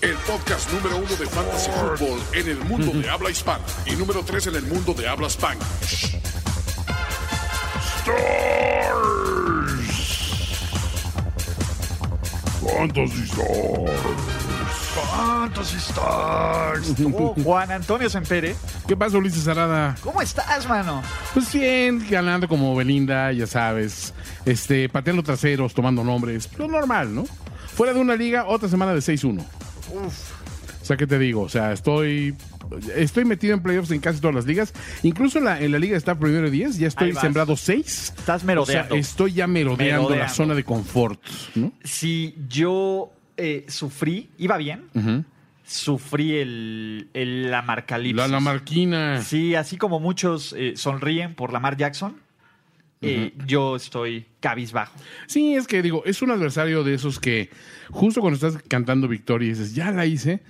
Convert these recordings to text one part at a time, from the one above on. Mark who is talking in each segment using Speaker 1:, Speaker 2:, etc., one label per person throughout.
Speaker 1: El podcast número uno de Fantasy Football en el mundo de habla hispana y número tres en el mundo de habla hispana.
Speaker 2: Fantasy Stars. Fantasy Stars.
Speaker 3: Oh, Juan Antonio Sempere.
Speaker 4: ¿Qué pasa, Ulises Arada?
Speaker 3: ¿Cómo estás, mano?
Speaker 4: Pues bien, ganando como Belinda, ya sabes. Este, pateando traseros, tomando nombres. Lo normal, ¿no? Fuera de una liga, otra semana de 6-1. O sea, ¿qué te digo? O sea, estoy. Estoy metido en playoffs en casi todas las ligas. Incluso en la, en la liga está primero 10. Ya
Speaker 3: Ahí
Speaker 4: estoy
Speaker 3: vas.
Speaker 4: sembrado 6.
Speaker 3: Estás
Speaker 4: O sea,
Speaker 3: merodeando.
Speaker 4: estoy ya merodeando, la
Speaker 3: Merodeando.
Speaker 4: zona de confort. ¿no?
Speaker 3: Si yo eh, sufrí, iba bien, sufrí el, el- la marcalipsis.
Speaker 4: La, la marquina.
Speaker 3: Sí, así como muchos eh, sonríen por Lamar Jackson, eh, yo estoy cabizbajo.
Speaker 4: Sí, es que digo, es un adversario de esos que justo cuando estás cantando victoria y dices, ya la hice,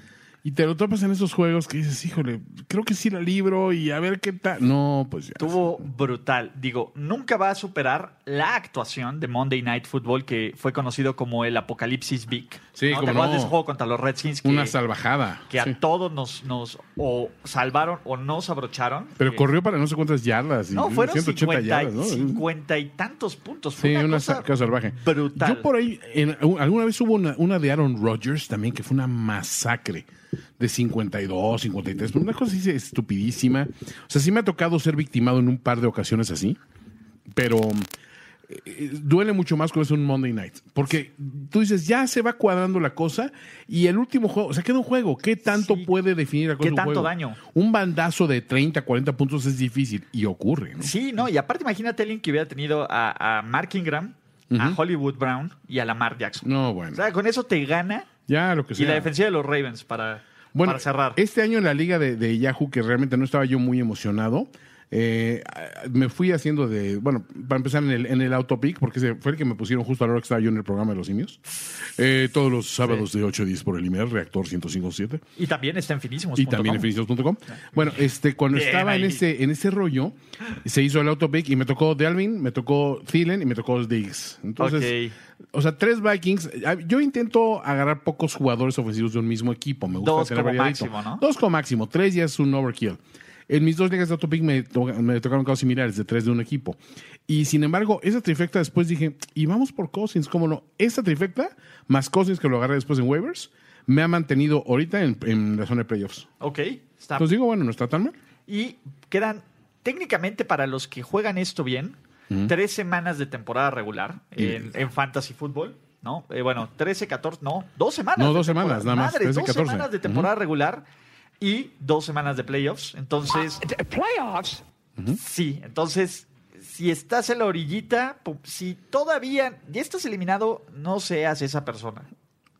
Speaker 4: y te lo topas en esos juegos que dices, híjole, creo que sí la libro y a ver qué tal. No, pues ya.
Speaker 3: Estuvo brutal. Digo, nunca va a superar la actuación de Monday Night Football que fue conocido como el Apocalipsis Big.
Speaker 4: Sí,
Speaker 3: ¿No? ¿Te
Speaker 4: cómo
Speaker 3: acuerdas
Speaker 4: no.
Speaker 3: de ese juego contra los Redskins? Que,
Speaker 4: Una salvajada.
Speaker 3: que a
Speaker 4: sí.
Speaker 3: todos nos, nos o salvaron o nos abrocharon.
Speaker 4: Pero
Speaker 3: Eh,
Speaker 4: corrió para no sé cuántas yardas. y
Speaker 3: No, fueron
Speaker 4: 180
Speaker 3: 50,
Speaker 4: yardas, ¿no?
Speaker 3: y 50 y tantos puntos. Fue
Speaker 4: Sí,
Speaker 3: una,
Speaker 4: una,
Speaker 3: cosa
Speaker 4: sa- cosa salvaje.
Speaker 3: brutal.
Speaker 4: Yo por ahí, en- alguna vez hubo una, una de Aaron Rodgers también, que fue una masacre de 52, 53, pero una cosa así estupidísima. O sea, sí me ha tocado ser victimado en un par de ocasiones así, pero eh, duele mucho más cuando es un Monday Night, porque tú dices, ya se va cuadrando la cosa y el último juego, o sea, queda un juego, ¿qué tanto
Speaker 3: Sí.
Speaker 4: puede definir la cosa?
Speaker 3: ¿Qué
Speaker 4: un
Speaker 3: tanto
Speaker 4: juego?
Speaker 3: daño?
Speaker 4: Un bandazo de 30, 40 puntos es difícil y ocurre, ¿no?
Speaker 3: Sí, no, y aparte imagínate a alguien que hubiera tenido a, a Mark Ingram, a Hollywood Brown y a Lamar Jackson.
Speaker 4: No,
Speaker 3: O
Speaker 4: bueno.
Speaker 3: sea, con eso te gana
Speaker 4: Ya lo que sea.
Speaker 3: y la defensiva de los Ravens para, para cerrar.
Speaker 4: Este año en la liga de, de Yahoo, que realmente no estaba yo muy emocionado, eh, me fui haciendo de. Bueno, para empezar en el, en el autopic, porque ese fue el que me pusieron justo a la hora que estaba yo en el programa de los simios. Eh, todos los sábados de 8 a 10 por el IMER, Reactor 1057.
Speaker 3: y también está en finísimos.
Speaker 4: Y también en finicios.com. Bueno, este, cuando
Speaker 3: Ah. Bien
Speaker 4: estaba en
Speaker 3: ahí.
Speaker 4: ese, en ese rollo, se hizo el autopic y me tocó Delvin, me tocó Thielen y me tocó Diggs. Entonces, o sea, tres Vikings. Ah, Yo intento agarrar pocos jugadores ofensivos de un mismo equipo. Me gusta
Speaker 3: Dos
Speaker 4: tener
Speaker 3: como
Speaker 4: variadito.
Speaker 3: máximo, ¿no?
Speaker 4: Dos como máximo. Tres ya es un overkill. En mis dos ligas de autopic me, to- me tocaron casos similares de tres de un equipo. Y sin embargo, esa trifecta después dije, y vamos por Cousins, ¿cómo no? Esa trifecta, más Cousins que lo agarré después en waivers, me ha mantenido ahorita en, en la zona de playoffs.
Speaker 3: Ok, está.
Speaker 4: Entonces digo, bueno, no está tan mal.
Speaker 3: y quedan técnicamente para los que juegan esto bien, tres semanas de temporada regular en, en fantasy fútbol, ¿no? Eh, bueno, 13, 14, no, dos semanas.
Speaker 4: No,
Speaker 3: de
Speaker 4: dos semanas,
Speaker 3: temporada.
Speaker 4: nada más,
Speaker 3: Madre,
Speaker 4: 13,
Speaker 3: dos
Speaker 4: 14.
Speaker 3: semanas de temporada regular y dos semanas de playoffs. Entonces,
Speaker 5: playoffs.
Speaker 3: sí, entonces, si estás en la orillita, pu- si todavía ya estás eliminado, no seas esa persona.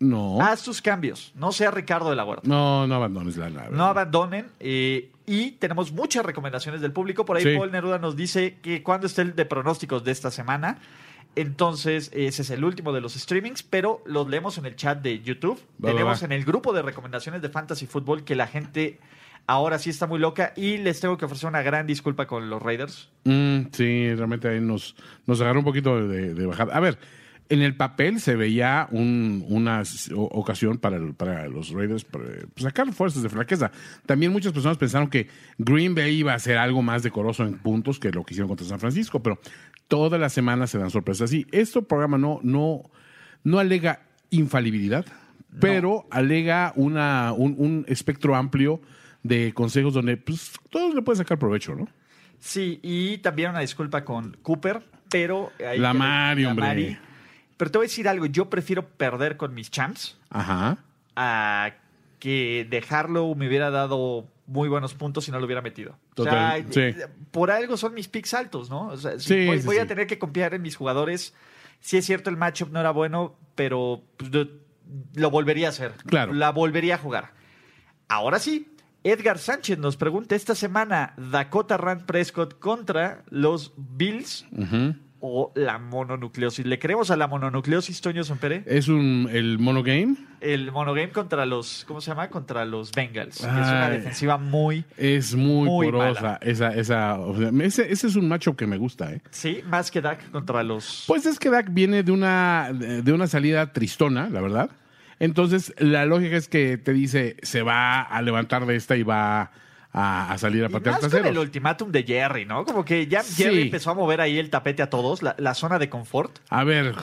Speaker 4: No.
Speaker 3: Haz tus cambios, no seas Ricardo de la Huerta.
Speaker 4: No, no abandones la nave.
Speaker 3: No abandonen. eh, y tenemos muchas recomendaciones del público. Por ahí
Speaker 4: Sí.
Speaker 3: Paul Neruda nos dice que cuando esté el de pronósticos de esta semana. Entonces, eh, ese es el último de los streamings, pero los leemos en el chat de YouTube.
Speaker 4: Va, va,
Speaker 3: tenemos
Speaker 4: va.
Speaker 3: en el grupo de recomendaciones de Fantasy Football que la gente ahora sí está muy loca. Y les tengo que ofrecer una gran disculpa con los Raiders.
Speaker 4: Mm, sí, realmente ahí nos, nos agarró un poquito de, de bajada. A ver, en el papel se veía un- una s- o- ocasión para, el- para los Raiders para, eh, sacar fuerzas de flaqueza. También muchas personas pensaron que Green Bay iba a ser algo más decoroso en puntos que lo que hicieron contra San Francisco, pero todas las semanas se dan sorpresas. Y este programa no, no, no alega infalibilidad, pero alega una, un, un espectro amplio de consejos donde pues, todos le pueden sacar provecho, ¿no?
Speaker 3: Sí, y también una disculpa con Cooper, pero... ahí-
Speaker 4: La Mari, hombre.
Speaker 3: Pero te voy a decir algo, yo prefiero perder con mis champs
Speaker 4: Ajá.
Speaker 3: a que dejarlo me hubiera dado muy buenos puntos si no lo hubiera metido.
Speaker 4: Total,
Speaker 3: o sea,
Speaker 4: sí.
Speaker 3: eh, por algo son mis picks altos, ¿no? O sea, si
Speaker 4: Sí,
Speaker 3: voy,
Speaker 4: sí,
Speaker 3: voy a
Speaker 4: sí.
Speaker 3: tener que confiar en mis jugadores. Si es cierto, el matchup no era bueno, pero pues, de- lo volvería a hacer.
Speaker 4: Claro.
Speaker 3: La volvería a jugar. Ahora sí, Edgar Sánchez nos pregunta esta semana Dakota Rand Prescott contra los Bills o la mononucleosis. ¿Le creemos a la mononucleosis, Toño Sempere?
Speaker 4: Es un, el monogame.
Speaker 3: El monogame contra los, ¿cómo se llama? Contra los Bengals. que es una
Speaker 4: Ay.
Speaker 3: defensiva muy,
Speaker 4: Es muy,
Speaker 3: Muy mala.
Speaker 4: porosa. Esa, esa, o sea, ese, ese es un macho que me gusta, ¿eh?
Speaker 3: sí, más que Dak contra los...
Speaker 4: Pues es que Dak viene de una, de una salida tristona, la verdad. Entonces, la lógica es que te dice, se va a levantar de esta y va a, a salir a
Speaker 3: Y
Speaker 4: patear
Speaker 3: más con
Speaker 4: traseros.
Speaker 3: el ultimátum de Jerry, ¿no? Como que ya
Speaker 4: Sí.
Speaker 3: Jerry empezó a mover ahí el tapete a todos, la, la zona de confort.
Speaker 4: A ver,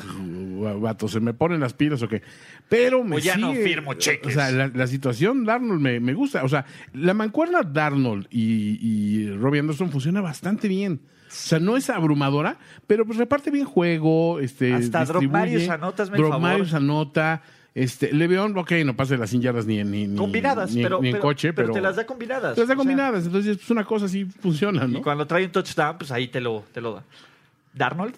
Speaker 4: vato, ¿se me ponen las pilas o qué? Pero me
Speaker 3: O ya no
Speaker 4: sigue-
Speaker 3: firmo cheques.
Speaker 4: O sea, la, la situación Darnold me, me gusta. O sea, la mancuerna Darnold y, y Robbie Anderson funciona bastante bien. O sea, no es abrumadora, pero pues reparte bien juego, este,
Speaker 3: Hasta Dromarius anota, hazme el
Speaker 4: Dromarius
Speaker 3: favor.
Speaker 4: anota. Este, Leveón, ok, no pase las 100 yardas ni, en- ni, ni-
Speaker 3: Combinadas,
Speaker 4: ni en-
Speaker 3: pero,
Speaker 4: ni en
Speaker 3: pero-
Speaker 4: coche, pero,
Speaker 3: te las da combinadas.
Speaker 4: te las da
Speaker 3: O sea,
Speaker 4: combinadas. Entonces, pues una cosa así funciona, ¿no?
Speaker 3: Y cuando trae un touchdown, pues ahí te lo, te lo da. ¿Darnold?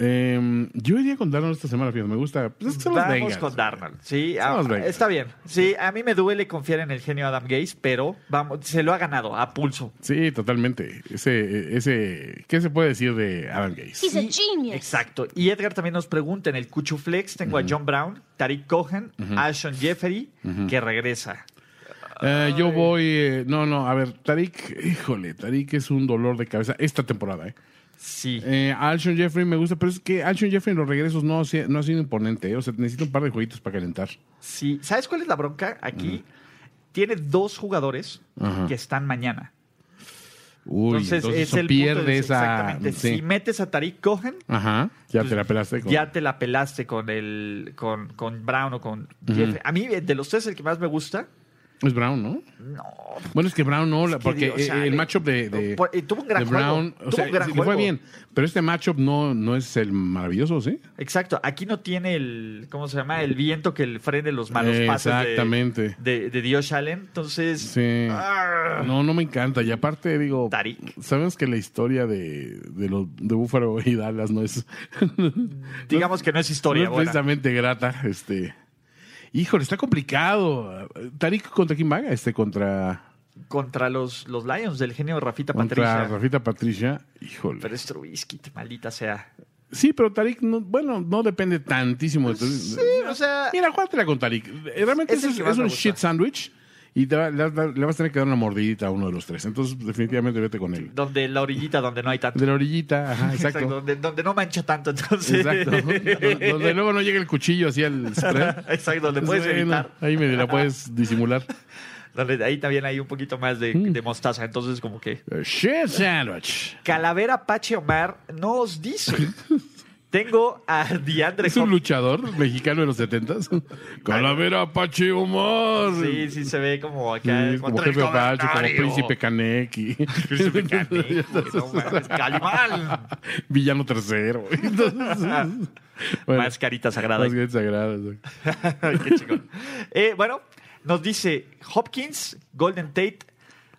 Speaker 4: Em, yo iría con Darnold esta semana, fíjate, me gusta. Pues es que son los
Speaker 3: Vamos
Speaker 4: Bengals.
Speaker 3: con Darnold. Sí,
Speaker 4: Son los
Speaker 3: ah,
Speaker 4: Bengals.
Speaker 3: está bien. Sí, a mí me duele confiar en el genio Adam Gaze, pero vamos, se lo ha ganado a pulso.
Speaker 4: Sí, totalmente. Ese, ese, ¿qué se puede decir de Adam Gates?
Speaker 5: He's a genius.
Speaker 3: Exacto. Y Edgar también nos pregunta en el Cuchuflex, tengo a John Brown, Tariq Cohen, Ashon Jeffery, que regresa.
Speaker 4: yo voy, eh, no, no, a ver, Tarik, híjole, Tarik es un dolor de cabeza esta temporada. ¿eh?
Speaker 3: Sí.
Speaker 4: Eh, Alshon Jeffrey me gusta, pero es que Alshon Jeffrey en los regresos no, ha si- no ha sido imponente. ¿eh? O sea, necesita un par de jueguitos para calentar.
Speaker 3: Sí. ¿Sabes cuál es la bronca? Aquí tiene dos jugadores
Speaker 4: Ajá.
Speaker 3: que están mañana.
Speaker 4: Uy,
Speaker 3: Entonces,
Speaker 4: entonces,
Speaker 3: es el
Speaker 4: pierde
Speaker 3: punto de-
Speaker 4: esa.
Speaker 3: Exactamente.
Speaker 4: sí.
Speaker 3: Si metes a Tariq Cohen,
Speaker 4: Ajá, ya te la pelaste. con-
Speaker 3: ya te la pelaste con el con, con Brown o con Jeffrey. A mí de los tres el que más me gusta.
Speaker 4: Es Brown, ¿no?
Speaker 3: No.
Speaker 4: Bueno, es que Brown no, la-
Speaker 3: que
Speaker 4: porque
Speaker 3: digo, o sea,
Speaker 4: eh, el
Speaker 3: le-
Speaker 4: matchup de, de-
Speaker 3: Por- eh, tuvo un gran
Speaker 4: de Brown,
Speaker 3: juego,
Speaker 4: o
Speaker 3: tuvo
Speaker 4: sea,
Speaker 3: un gran
Speaker 4: sí,
Speaker 3: juego.
Speaker 4: fue bien, pero este matchup no, no es el maravilloso, ¿sí?
Speaker 3: Exacto. Aquí no tiene el cómo se llama el viento que le frene los malos pases. de-
Speaker 4: Exactamente.
Speaker 3: De, de, Dios Allen. Entonces.
Speaker 4: Sí. No, no me encanta. Y aparte, digo,
Speaker 3: Ah. Tarik.
Speaker 4: sabemos que la historia de, de, los, de Búfalo y Dallas no es,
Speaker 3: Digamos que no es
Speaker 4: no
Speaker 3: historia.
Speaker 4: es
Speaker 3: buena.
Speaker 4: precisamente grata. Este. Híjole, está complicado. Tarik contra quién va? Este, contra,
Speaker 3: Contra los, los Lions del genio Rafita
Speaker 4: contra
Speaker 3: Patricia.
Speaker 4: Rafita Patricia. Híjole.
Speaker 3: Pero es Trubisky, maldita sea.
Speaker 4: sí, pero Tarik, no, bueno, no depende tantísimo. de Tarik.
Speaker 3: o sea.
Speaker 4: Mira, júgatela con Tarik. Realmente
Speaker 3: Es
Speaker 4: es,
Speaker 3: el que
Speaker 4: es
Speaker 3: más me
Speaker 4: un
Speaker 3: gusta.
Speaker 4: shit sandwich. Y te va- le, vas- le vas a tener que dar una mordidita a uno de los tres. Entonces, definitivamente vete con él.
Speaker 3: Donde la orillita, donde no hay tanto.
Speaker 4: De la orillita, ajá,
Speaker 3: Exacto,
Speaker 4: exacto.
Speaker 3: donde, donde no mancha tanto, entonces.
Speaker 4: Exacto. Donde luego no llega el cuchillo así al spray.
Speaker 3: Exacto, donde puedes
Speaker 4: Bueno,
Speaker 3: evitar.
Speaker 4: Ahí medio la puedes disimular.
Speaker 3: Donde ahí también hay un poquito más de,
Speaker 4: Mm.
Speaker 3: de mostaza. Entonces, como que.
Speaker 4: Eh, Shit sandwich.
Speaker 3: Calavera Pache Omar nos dice. Tengo a Diandre
Speaker 4: Es un
Speaker 3: Hopkins.
Speaker 4: luchador mexicano de los setentas. Calavera Apache Humor.
Speaker 3: Sí, sí, se ve como acá.
Speaker 4: Sí, como
Speaker 3: contra el
Speaker 4: jefe Apache, como
Speaker 3: gobernario.
Speaker 4: príncipe Kaneki.
Speaker 3: Príncipe Canejo, no mames, Calimán.
Speaker 4: Villano tercero. Entonces, bueno,
Speaker 3: Más carita sagrada.
Speaker 4: más que sagrado, exacto.
Speaker 3: Qué chingón. Eh, bueno, nos dice Hopkins, Golden Tate,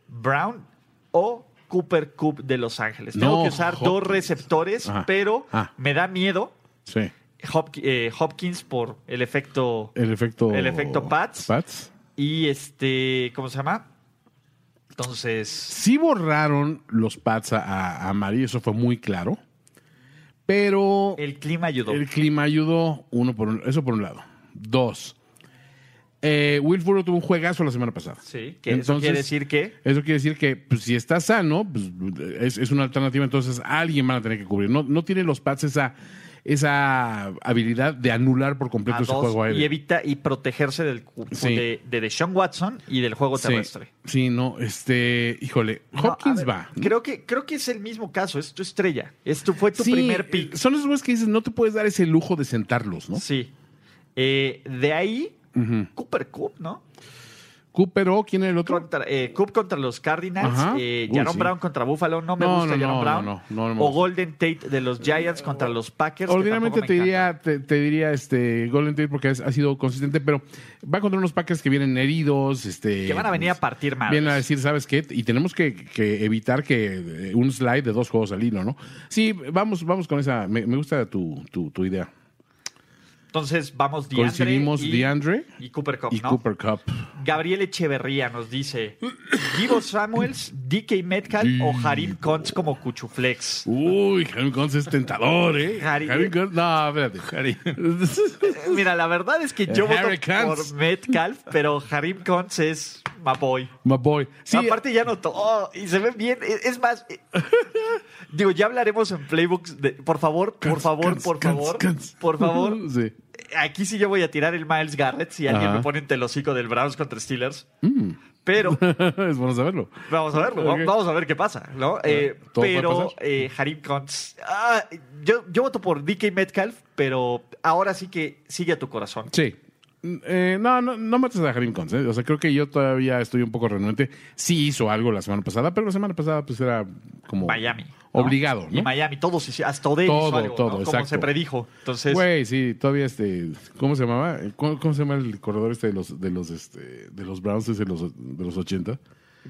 Speaker 3: Brown o Cooper Cup de Los Ángeles.
Speaker 4: No,
Speaker 3: Tengo que usar dos
Speaker 4: Hopkins.
Speaker 3: receptores,
Speaker 4: Ajá.
Speaker 3: pero
Speaker 4: Ah.
Speaker 3: me da miedo
Speaker 4: Sí.
Speaker 3: Hopki- eh, Hopkins por el efecto
Speaker 4: El efecto.
Speaker 3: El efecto Pats.
Speaker 4: Pats.
Speaker 3: y este, ¿cómo se llama? Entonces,
Speaker 4: Sí borraron los Pats a, a Mari, eso fue muy claro. Pero el,
Speaker 3: el clima ayudó.
Speaker 4: clima ayudó, uno por un- eso por un lado. Dos, eh, Will Fuller tuvo un juegazo la semana pasada.
Speaker 3: Sí, que eso
Speaker 4: Entonces,
Speaker 3: quiere decir que
Speaker 4: Eso quiere decir que pues, si está sano, pues, es, es una alternativa, entonces alguien van a tener que cubrir. No, no tienen los Pats esa, esa habilidad de anular por
Speaker 3: a
Speaker 4: completo ese
Speaker 3: dos
Speaker 4: juego aéreo.
Speaker 3: y evita y protegerse del cu-
Speaker 4: Sí.
Speaker 3: de, de Deshaun Watson y del juego
Speaker 4: sí,
Speaker 3: terrestre.
Speaker 4: sí, no, este, híjole,
Speaker 3: No, a
Speaker 4: Hopkins
Speaker 3: ver,
Speaker 4: va.
Speaker 3: Creo que, creo que es el mismo caso. Es tu estrella. Es tu, fue tu
Speaker 4: Sí,
Speaker 3: primer pick.
Speaker 4: eh, Son esos güeyes que dices, no te puedes dar ese lujo de sentarlos, ¿no?
Speaker 3: Sí. Eh, de ahí,
Speaker 4: Ujú.
Speaker 3: Cooper Cup, ¿no?
Speaker 4: Cooper O, ¿quién era el otro?
Speaker 3: Contra, eh, Cup contra los Cardinals.
Speaker 4: Ajá.
Speaker 3: eh,
Speaker 4: Uy,
Speaker 3: Jaron
Speaker 4: sí.
Speaker 3: Brown contra Buffalo. No me
Speaker 4: No,
Speaker 3: gusta
Speaker 4: no,
Speaker 3: Jaron
Speaker 4: no,
Speaker 3: Brown.
Speaker 4: no, no, no me
Speaker 3: o
Speaker 4: gusta.
Speaker 3: Golden Tate de los Giants contra los Packers. que
Speaker 4: Ordinariamente
Speaker 3: tampoco
Speaker 4: te
Speaker 3: me
Speaker 4: diría, te, te diría este Golden Tate porque es- ha sido consistente, pero va contra unos Packers que vienen heridos, este
Speaker 3: encanta. Que van a venir a partir más.
Speaker 4: Vienen a decir, ¿sabes qué? Y tenemos que, que evitar que eh, un slide de dos juegos al hilo, ¿no? Sí, vamos, vamos con esa. Me, me gusta tu, tu, tu idea.
Speaker 3: Entonces vamos DeAndre
Speaker 4: Coincidimos
Speaker 3: y,
Speaker 4: DeAndre
Speaker 3: y Cooper Cup,
Speaker 4: y
Speaker 3: ¿no?
Speaker 4: Cooper Cup.
Speaker 3: Gabriel Echeverría nos dice Divo Samuels, DK Metcalf o
Speaker 4: Mm.
Speaker 3: Harim Cons como Cuchuflex.
Speaker 4: Uy, Harry Cons es tentador, ¿eh?
Speaker 3: Harry-
Speaker 4: Harry Cons- No, espérate. Harry.
Speaker 3: Mira, la verdad es que yo voto
Speaker 4: Eh, Harry Cons.
Speaker 3: por Metcalf, pero Harim Cons es Mapoy.
Speaker 4: My boy. Sí,
Speaker 3: Aparte ya notó oh, y se ven bien. Es es más, eh, digo, ya hablaremos en playbooks. de- por favor, por
Speaker 4: Cans,
Speaker 3: favor,
Speaker 4: Cans,
Speaker 3: por
Speaker 4: Cans,
Speaker 3: favor,
Speaker 4: Cans.
Speaker 3: por favor.
Speaker 4: Sí.
Speaker 3: Aquí sí yo voy a tirar el Miles Garrett si alguien
Speaker 4: Ajá. Mm.
Speaker 3: me pone en telocico del Browns contra Steelers. Pero
Speaker 4: es bueno saberlo.
Speaker 3: Vamos a verlo, va-
Speaker 4: Ok.
Speaker 3: vamos a ver qué pasa, ¿no? Eh,
Speaker 4: todo puede
Speaker 3: pero
Speaker 4: pasar.
Speaker 3: eh, Harim Cons, ah, yo, yo voto por DK Metcalf, pero ahora sí que sigue a tu corazón.
Speaker 4: Sí. Eh, no, no, no mates a Harim Cons. ¿eh? O sea, creo que yo todavía estoy un poco renuente. Sí hizo algo la semana pasada, pero la semana pasada pues era como...
Speaker 3: Miami. ¿no?
Speaker 4: Obligado,
Speaker 3: Y
Speaker 4: ¿no?
Speaker 3: Miami, todos, hici- hasta Odell hizo
Speaker 4: Todo,
Speaker 3: algo,
Speaker 4: todo,
Speaker 3: ¿no? Como
Speaker 4: exacto.
Speaker 3: se predijo. Entonces,
Speaker 4: Güey, sí, todavía este, ¿cómo se llamaba? ¿Cómo, cómo se llama el corredor este de los de los este de los Browns de los de los 80?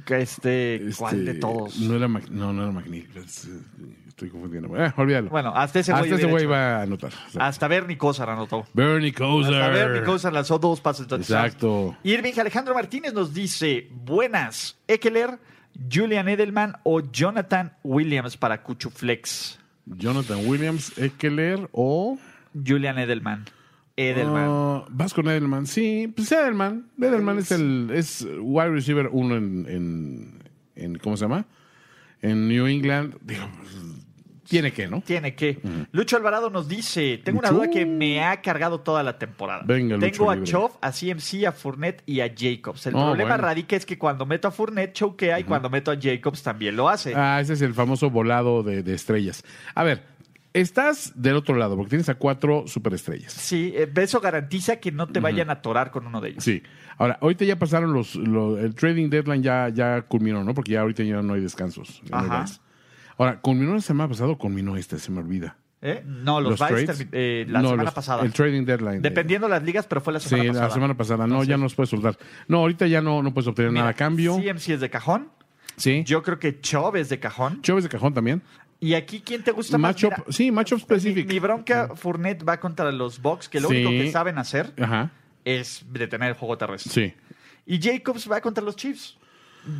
Speaker 3: que este, ¿cuál
Speaker 4: Este,
Speaker 3: de todos?
Speaker 4: No era Mac- no, no era McNeil. Es- Estoy confundiendo. Eh, olvídalo.
Speaker 3: Bueno, hasta ese
Speaker 4: Hasta
Speaker 3: güey
Speaker 4: ese
Speaker 3: hubiera
Speaker 4: güey
Speaker 3: hecho-
Speaker 4: va a anotar. O sea,
Speaker 3: Hasta Bernie Kosar anotó.
Speaker 4: Bernie
Speaker 3: Hasta
Speaker 4: Kosar.
Speaker 3: Bernie Kosar lanzó dos pases de touchdown.
Speaker 4: Exacto.
Speaker 3: Irving Alejandro Martínez nos dice, buenas, Ekeler, Julian Edelman o Jonathan Williams para Cuchuflex.
Speaker 4: Jonathan Williams, Eckler o
Speaker 3: Julian Edelman. Edelman.
Speaker 4: Ah, vas con Edelman, sí, pues Edelman. Edelman es el es wide receiver uno en, en, en- ¿cómo se llama? En New England. Digo, tiene que, ¿no?
Speaker 3: Tiene que. Lucho Alvarado nos dice: Tengo una
Speaker 4: Mm. Lucho.
Speaker 3: duda que me ha cargado toda la temporada.
Speaker 4: Venga, Lucho,
Speaker 3: Tengo a
Speaker 4: libre.
Speaker 3: Choff, a CMC, a Fournette y a Jacobs. El
Speaker 4: Oh,
Speaker 3: problema
Speaker 4: bueno.
Speaker 3: radica es que cuando meto a Fournette choquea y cuando meto a Jacobs también lo hace.
Speaker 4: Ah, ese es el famoso volado de, de estrellas. A ver, estás del otro lado, porque tienes a cuatro superestrellas.
Speaker 3: Sí, eh, eso garantiza que no te vayan a atorar con uno de ellos.
Speaker 4: Sí. Ahora, ahorita ya pasaron los, lo- el trading deadline ya, ya culminó, ¿no? Porque ya ahorita ya no hay descansos. ya no hay
Speaker 3: Ajá.
Speaker 4: bye. Ahora, culminó la semana pasada o culminó esta, se me olvida.
Speaker 3: ¿Eh? No, los, Bytes
Speaker 4: trades?
Speaker 3: termi- eh, la
Speaker 4: No,
Speaker 3: semana
Speaker 4: los-
Speaker 3: pasada.
Speaker 4: El trading deadline. de-
Speaker 3: Dependiendo las ligas, pero fue la
Speaker 4: Sí,
Speaker 3: semana pasada.
Speaker 4: la semana pasada. No, ya no los puedes soltar. No, ahorita ya no, no puedes obtener
Speaker 3: Mira,
Speaker 4: nada a cambio.
Speaker 3: CMC es de cajón.
Speaker 4: Sí.
Speaker 3: Yo creo que Choff es de cajón.
Speaker 4: Chávez de cajón también.
Speaker 3: Y aquí, ¿quién te gusta más?
Speaker 4: Matchup,
Speaker 3: Mira,
Speaker 4: sí, matchup
Speaker 3: Mi,
Speaker 4: specific.
Speaker 3: mi bronca, Fournette va contra los Bucks, que lo
Speaker 4: Sí.
Speaker 3: único que saben hacer
Speaker 4: Ajá.
Speaker 3: es detener el juego terrestre.
Speaker 4: Sí.
Speaker 3: Y Jacobs va contra los Chiefs.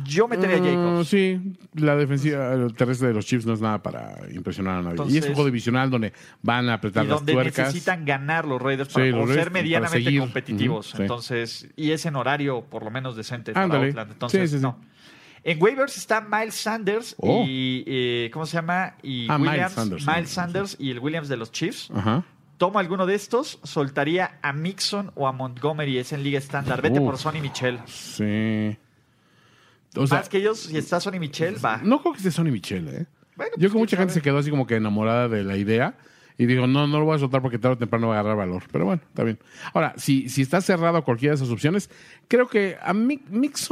Speaker 3: Yo metería a
Speaker 4: Ah,
Speaker 3: Jacobs.
Speaker 4: sí, la defensiva terrestre de los Chiefs no es nada para impresionar a nadie. y es
Speaker 3: Entonces-
Speaker 4: un juego divisional donde van a apretar
Speaker 3: Y
Speaker 4: las
Speaker 3: donde
Speaker 4: tuercas.
Speaker 3: necesitan ganar los Raiders para
Speaker 4: Sí, los
Speaker 3: o
Speaker 4: Raiders
Speaker 3: ser medianamente
Speaker 4: para seguir.
Speaker 3: competitivos.
Speaker 4: Ujú, sí.
Speaker 3: Entonces, y es en horario por lo menos decente para
Speaker 4: Ándale.
Speaker 3: Oakland. Entonces,
Speaker 4: Sí, sí, sí.
Speaker 3: no. En waivers está Miles Sanders
Speaker 4: Oh.
Speaker 3: y eh, ¿cómo se llama? Y
Speaker 4: Ah, Miles
Speaker 3: Williams,
Speaker 4: Sanders,
Speaker 3: Miles
Speaker 4: sí.
Speaker 3: Sanders y el Williams de los Chiefs.
Speaker 4: Ajá.
Speaker 3: Tomo alguno de estos, soltaría a Mixon o a Montgomery, es en liga estándar. Vete
Speaker 4: Uf.
Speaker 3: por Sonny Michel.
Speaker 4: Sí. O sea,
Speaker 3: Más que ellos, si está Sonny Michel, va.
Speaker 4: no creo que esté Sonny Michelle, ¿eh?
Speaker 3: Bueno,
Speaker 4: Yo creo
Speaker 3: pues,
Speaker 4: que mucha
Speaker 3: quién
Speaker 4: gente se
Speaker 3: sabe.
Speaker 4: quedó así como que enamorada de la idea y dijo, no, no lo voy a soltar porque tarde o temprano va a agarrar valor. Pero bueno, está bien. Ahora, si, si está cerrado a cualquiera de esas opciones, creo que a Mi-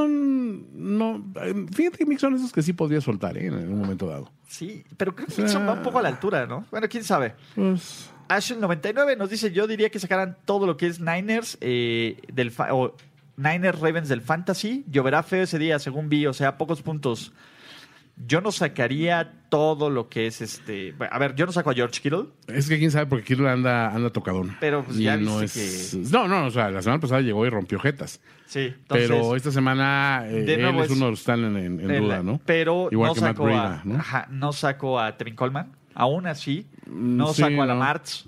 Speaker 4: Mixon no... eh, Fíjate que Mixon es esos que sí podría soltar ¿eh? en un momento dado.
Speaker 3: Sí, pero creo que
Speaker 4: sea-
Speaker 3: Mixon va un poco a la altura, ¿no? Bueno, quién sabe.
Speaker 4: Pues,
Speaker 3: Ashel99 nos dice, yo diría que sacaran todo lo que es Niners eh, del fa- o Niners Ravens del Fantasy. Lloverá feo ese día, según vi, o sea, pocos puntos. Yo no sacaría todo lo que es este... bueno, A ver, yo no saco a George Kittle.
Speaker 4: es que quién sabe porque Kirlo anda, anda tocadón.
Speaker 3: Pero, pues,
Speaker 4: Y
Speaker 3: ya
Speaker 4: no
Speaker 3: viste
Speaker 4: es- No, no, o sea, la semana pasada llegó y rompió jetas.
Speaker 3: Sí, entonces...
Speaker 4: pero esta semana eh,
Speaker 3: de
Speaker 4: él
Speaker 3: nuevo
Speaker 4: es
Speaker 3: es-
Speaker 4: uno de los que están en, en- en
Speaker 3: el-
Speaker 4: duda, ¿no?
Speaker 3: Pero
Speaker 4: Igual
Speaker 3: no
Speaker 4: que Matt
Speaker 3: saco
Speaker 4: Breida,
Speaker 3: a...
Speaker 4: ¿no?
Speaker 3: ajá, no saco a Tevin Coleman. Aún así,
Speaker 4: Mm,
Speaker 3: no
Speaker 4: sí,
Speaker 3: saco
Speaker 4: no.
Speaker 3: a Lamartz.